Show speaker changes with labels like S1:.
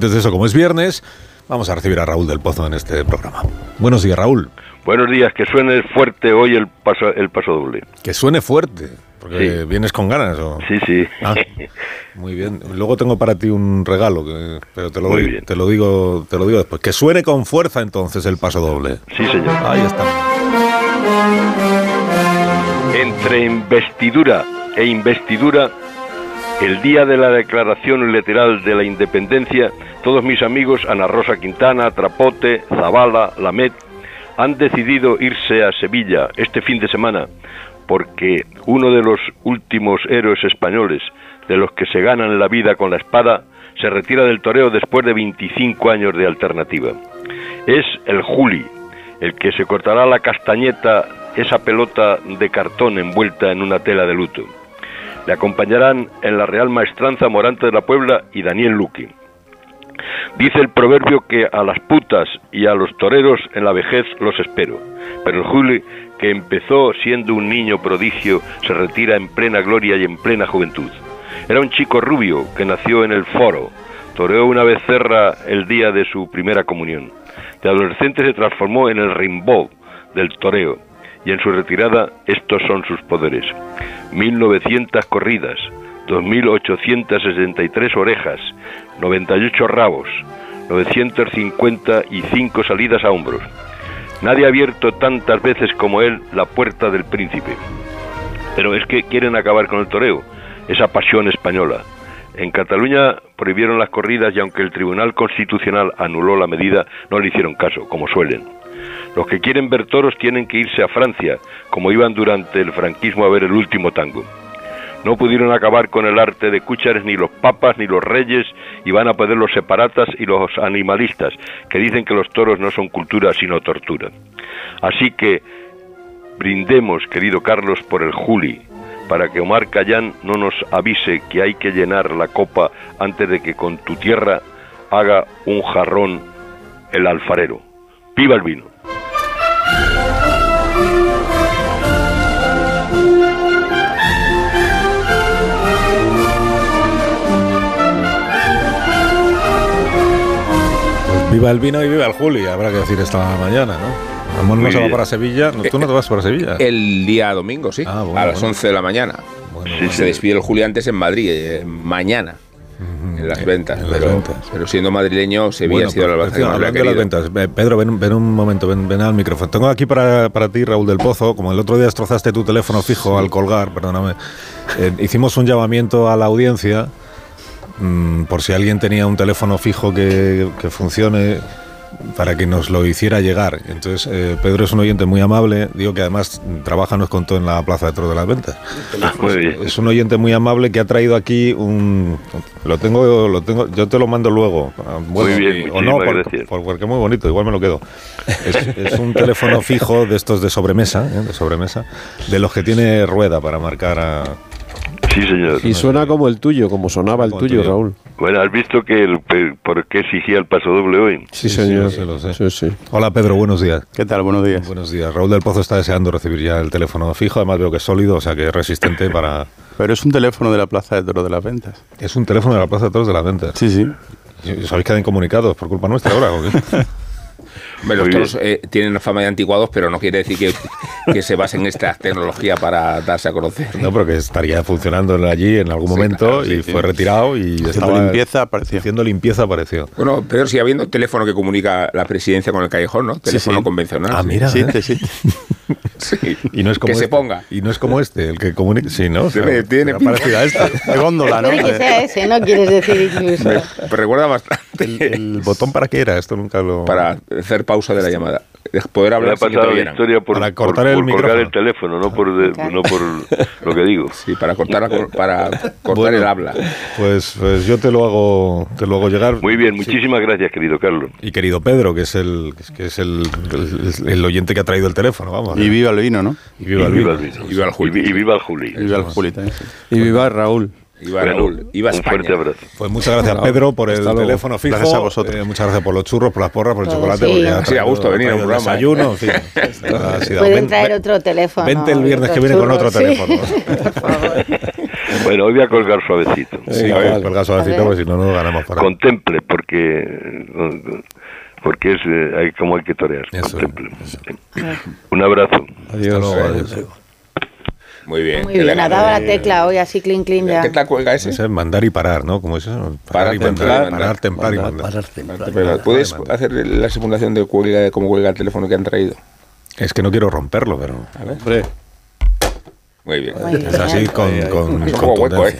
S1: Desde eso, como es viernes, vamos a recibir a Raúl del Pozo en este programa. Buenos días, Raúl.
S2: Buenos días, que suene fuerte hoy el paso, el paso doble.
S1: Que suene fuerte, porque
S2: Sí.
S1: vienes con ganas. ¿o?
S2: Sí, sí.
S1: Ah, muy bien. Luego tengo para ti un regalo, que- pero te lo,
S2: Muy
S1: doy-
S2: bien.
S1: te lo digo, te lo digo después. Que suene con fuerza entonces el paso doble.
S2: Sí, señor.
S1: Ahí está.
S2: Entre investidura e investidura, el día de la declaración literal de la independencia, todos mis amigos, Ana Rosa Quintana, Trapote, Zavala, Lamet, han decidido irse a Sevilla este fin de semana porque uno de los últimos héroes españoles de los que se ganan la vida con la espada se retira del toreo después de 25 años de alternativa. es el Juli, el que se cortará la castañeta, esa pelota de cartón envuelta en una tela de luto. Le acompañarán en la Real Maestranza Morante de la Puebla y Daniel Luqui. Dice el proverbio que a las putas y a los toreros en la vejez los espero, pero el Juli, que empezó siendo un niño prodigio, se retira en plena gloria y en plena juventud. Era un chico rubio que nació en el foro, toreó una becerra el día de su primera comunión. De adolescente se transformó en el rimbó del toreo y en su retirada estos son sus poderes. 1900 corridas, 2863 orejas, 98 rabos, 955 salidas a hombros. Nadie ha abierto tantas veces como él la puerta del príncipe. Pero es que quieren acabar con el toreo, esa pasión española. En Cataluña prohibieron las corridas y aunque el Tribunal Constitucional anuló la medida, no le hicieron caso, como suelen. Los que quieren ver toros tienen que irse a Francia, como iban durante el franquismo a ver el último tango. No pudieron acabar con el arte de Cúchares ni los papas ni los reyes y van a poder los separatas y los animalistas, que dicen que los toros no son cultura sino tortura. Así que brindemos, querido Carlos, por el Juli, para que Omar Cayán no nos avise que hay que llenar la copa antes de que con tu tierra haga un jarrón el alfarero. ¡Viva el vino!
S1: Pues viva el vino y viva el Juli, habrá que decir esta mañana, ¿no? Amor no
S2: Muy
S1: se va
S2: bien.
S1: para Sevilla. No, tú no te vas para Sevilla.
S3: El día domingo, sí.
S1: Ah, bueno,
S3: a las
S1: bueno.
S3: 11 de la mañana.
S1: Bueno,
S2: Sí,
S3: Se despide el Juli antes en Madrid, eh, mañana, en las ventas.
S1: en las
S3: pero,
S1: ventas.
S3: pero siendo madrileño, Sevilla
S1: Bueno,
S3: ha sido la
S1: pero,
S3: baza que
S1: atención,
S3: más le ha
S1: hablando de las
S3: querido.
S1: ventas, eh, Pedro, ven, ven un momento, ven, ven al micrófono. Tengo aquí para, para ti, Raúl del Pozo, como el otro día destrozaste tu teléfono fijo al colgar, perdóname, eh, hicimos un llamamiento a la audiencia mm, por si alguien tenía un teléfono fijo que, que funcione para que nos lo hiciera llegar. Entonces, eh, Pedro es un oyente muy amable, digo que además mm, trabaja, nos contó, en la Plaza de Toros de las Ventas.
S2: Muy bien.
S1: Es un oyente muy amable que ha traído aquí un. Lo tengo, lo tengo. Yo te lo mando luego. Ah, Bueno,
S2: bien,
S1: y- o
S2: muchísimas
S1: no, por-
S2: gracias.
S1: por- porque es muy bonito. Igual me lo quedo. Es, es un teléfono fijo de estos de sobremesa, ¿eh? de sobremesa, de los que tiene rueda para marcar a.
S2: Sí, señor.
S4: Y suena como el tuyo, como sonaba el
S1: Como el
S4: tuyo,
S1: tuyo.
S4: Raúl.
S2: Bueno, ¿has visto que el, pe- por qué exigía el paso doble hoy?
S4: Sí,
S1: Sí,
S4: señor.
S1: sí, lo sé, lo sé.
S4: Sí, sí.
S1: Hola Pedro, buenos días.
S5: ¿Qué tal? Buenos días.
S1: Buenos días. Raúl del Pozo está deseando recibir ya el teléfono fijo. Además veo que es sólido, o sea que es resistente para.
S5: Pero es un teléfono de la Plaza de Toro de las Ventas.
S1: Es un teléfono de la Plaza de Toros de las Ventas.
S5: Sí, sí.
S1: ¿Sabéis que hay incomunicados por culpa nuestra ahora? ¿o qué?
S3: Hombre, Los
S2: Muy
S3: toros eh, tienen fama de anticuados, pero no quiere decir que, que se basen en esta tecnología para darse a conocer.
S1: No, pero que estaría funcionando allí en algún
S3: Sí,
S1: momento
S3: claro, sí,
S1: y
S5: sí.
S1: fue retirado y
S5: Haciendo
S1: estaba
S5: limpieza, parecía.
S1: haciendo limpieza apareció.
S3: Bueno, Pedro, sigue habiendo teléfono que comunica la presidencia con el callejón, ¿no? Teléfono
S5: sí.
S3: convencional. sí.
S6: ¿eh?
S5: Sí, te- sí.
S3: Sí.
S1: Ah, Y no es como
S3: que se
S1: este.
S3: ponga.
S1: Y no es como este, el que comunica. Sí, ¿no? O sea,
S3: Tiene- tiene
S1: era
S3: pinta.
S1: parecido a este.
S5: De góndola, ¿no?
S7: Puede que sea ese, ¿no? Quieres decir incluso.
S3: Me, me recuerda bastante
S1: El, el Este. botón para qué era, esto nunca lo.
S3: para hacer pausa de la llamada. Poder
S2: Me ha
S3: hablar sin que te
S2: pasado la
S3: oyeran.
S2: historia por,
S1: Para
S2: por-
S1: cortar el
S2: por colgar
S1: micrófono.
S2: el teléfono, no por, de-
S7: Claro.
S2: no por lo que digo.
S3: Sí, para cortar, la cor- para cortar
S1: Bueno,
S3: el habla.
S1: Pues, pues yo te lo hago, te lo hago llegar.
S2: Muy bien, muchísimas gracias, querido Carlos.
S1: Y querido Pedro, que es el que es el, el- el oyente que ha traído el teléfono, vamos.
S5: Y viva el vino, ¿no?
S1: Y viva el vino.
S2: vino.
S3: Viva el Juli.
S2: Y vi- y viva el Juli.
S5: Y viva el Juli también. sí.
S4: Y viva Raúl.
S3: Iba
S2: Bueno,
S3: Raúl, iba a
S2: un
S3: España.
S2: fuerte abrazo.
S1: Pues muchas gracias, Pedro, por el
S4: Hasta luego.
S1: teléfono fijo.
S5: Gracias a vosotros.
S1: Eh, muchas gracias por los churros, por las porras, por el
S7: Todo,
S1: chocolate.
S7: sí.
S1: porque ha
S7: Sí, a
S1: traído-
S3: gusto
S1: ha
S3: venir a un
S1: traído el
S3: programa,
S1: Desayuno, en fin. Ha sido-
S7: Pueden
S1: ven-
S7: traer
S1: ven-
S7: otro teléfono.
S4: Pues
S1: Vente el
S7: y
S1: viernes que
S7: otro
S1: viene con
S7: churro,
S1: otro
S7: sí.
S1: teléfono.
S7: Por favor.
S2: Bueno, hoy voy a colgar suavecito.
S1: Sí,
S4: Venga,
S1: a ver,
S4: vale.
S1: cuelga suavecito,
S7: A ver.
S1: porque si no, no ganamos para.
S2: Contemple, porque porque es eh, hay- como hay que torear.
S1: Eso,
S2: Contemple.
S1: eso.
S2: Un abrazo.
S1: Hasta
S4: Adiós.
S1: luego, adiós.
S3: Muy bien.
S7: Muy
S3: que le
S7: bien, ha
S3: gane.
S7: dado a la tecla hoy, así clean, clean ya.
S3: ¿Qué tal cuelga ese?
S1: Ese es mandar y parar, ¿no? Como eso.
S3: Parar,
S1: y
S3: templar,
S1: mandar. Parar, templar y mandar.
S6: Parar temprano.
S3: Pero, ¿Puedes
S1: Adelante.
S3: hacer la simulación de cuelga, cómo cuelga el teléfono que han traído?
S1: Es que no quiero romperlo, pero.
S3: A ver.
S4: Hombre.
S3: Muy bien.
S7: Muy bien.
S1: Es así con, con
S3: Es un poco hueco,
S1: contundencia.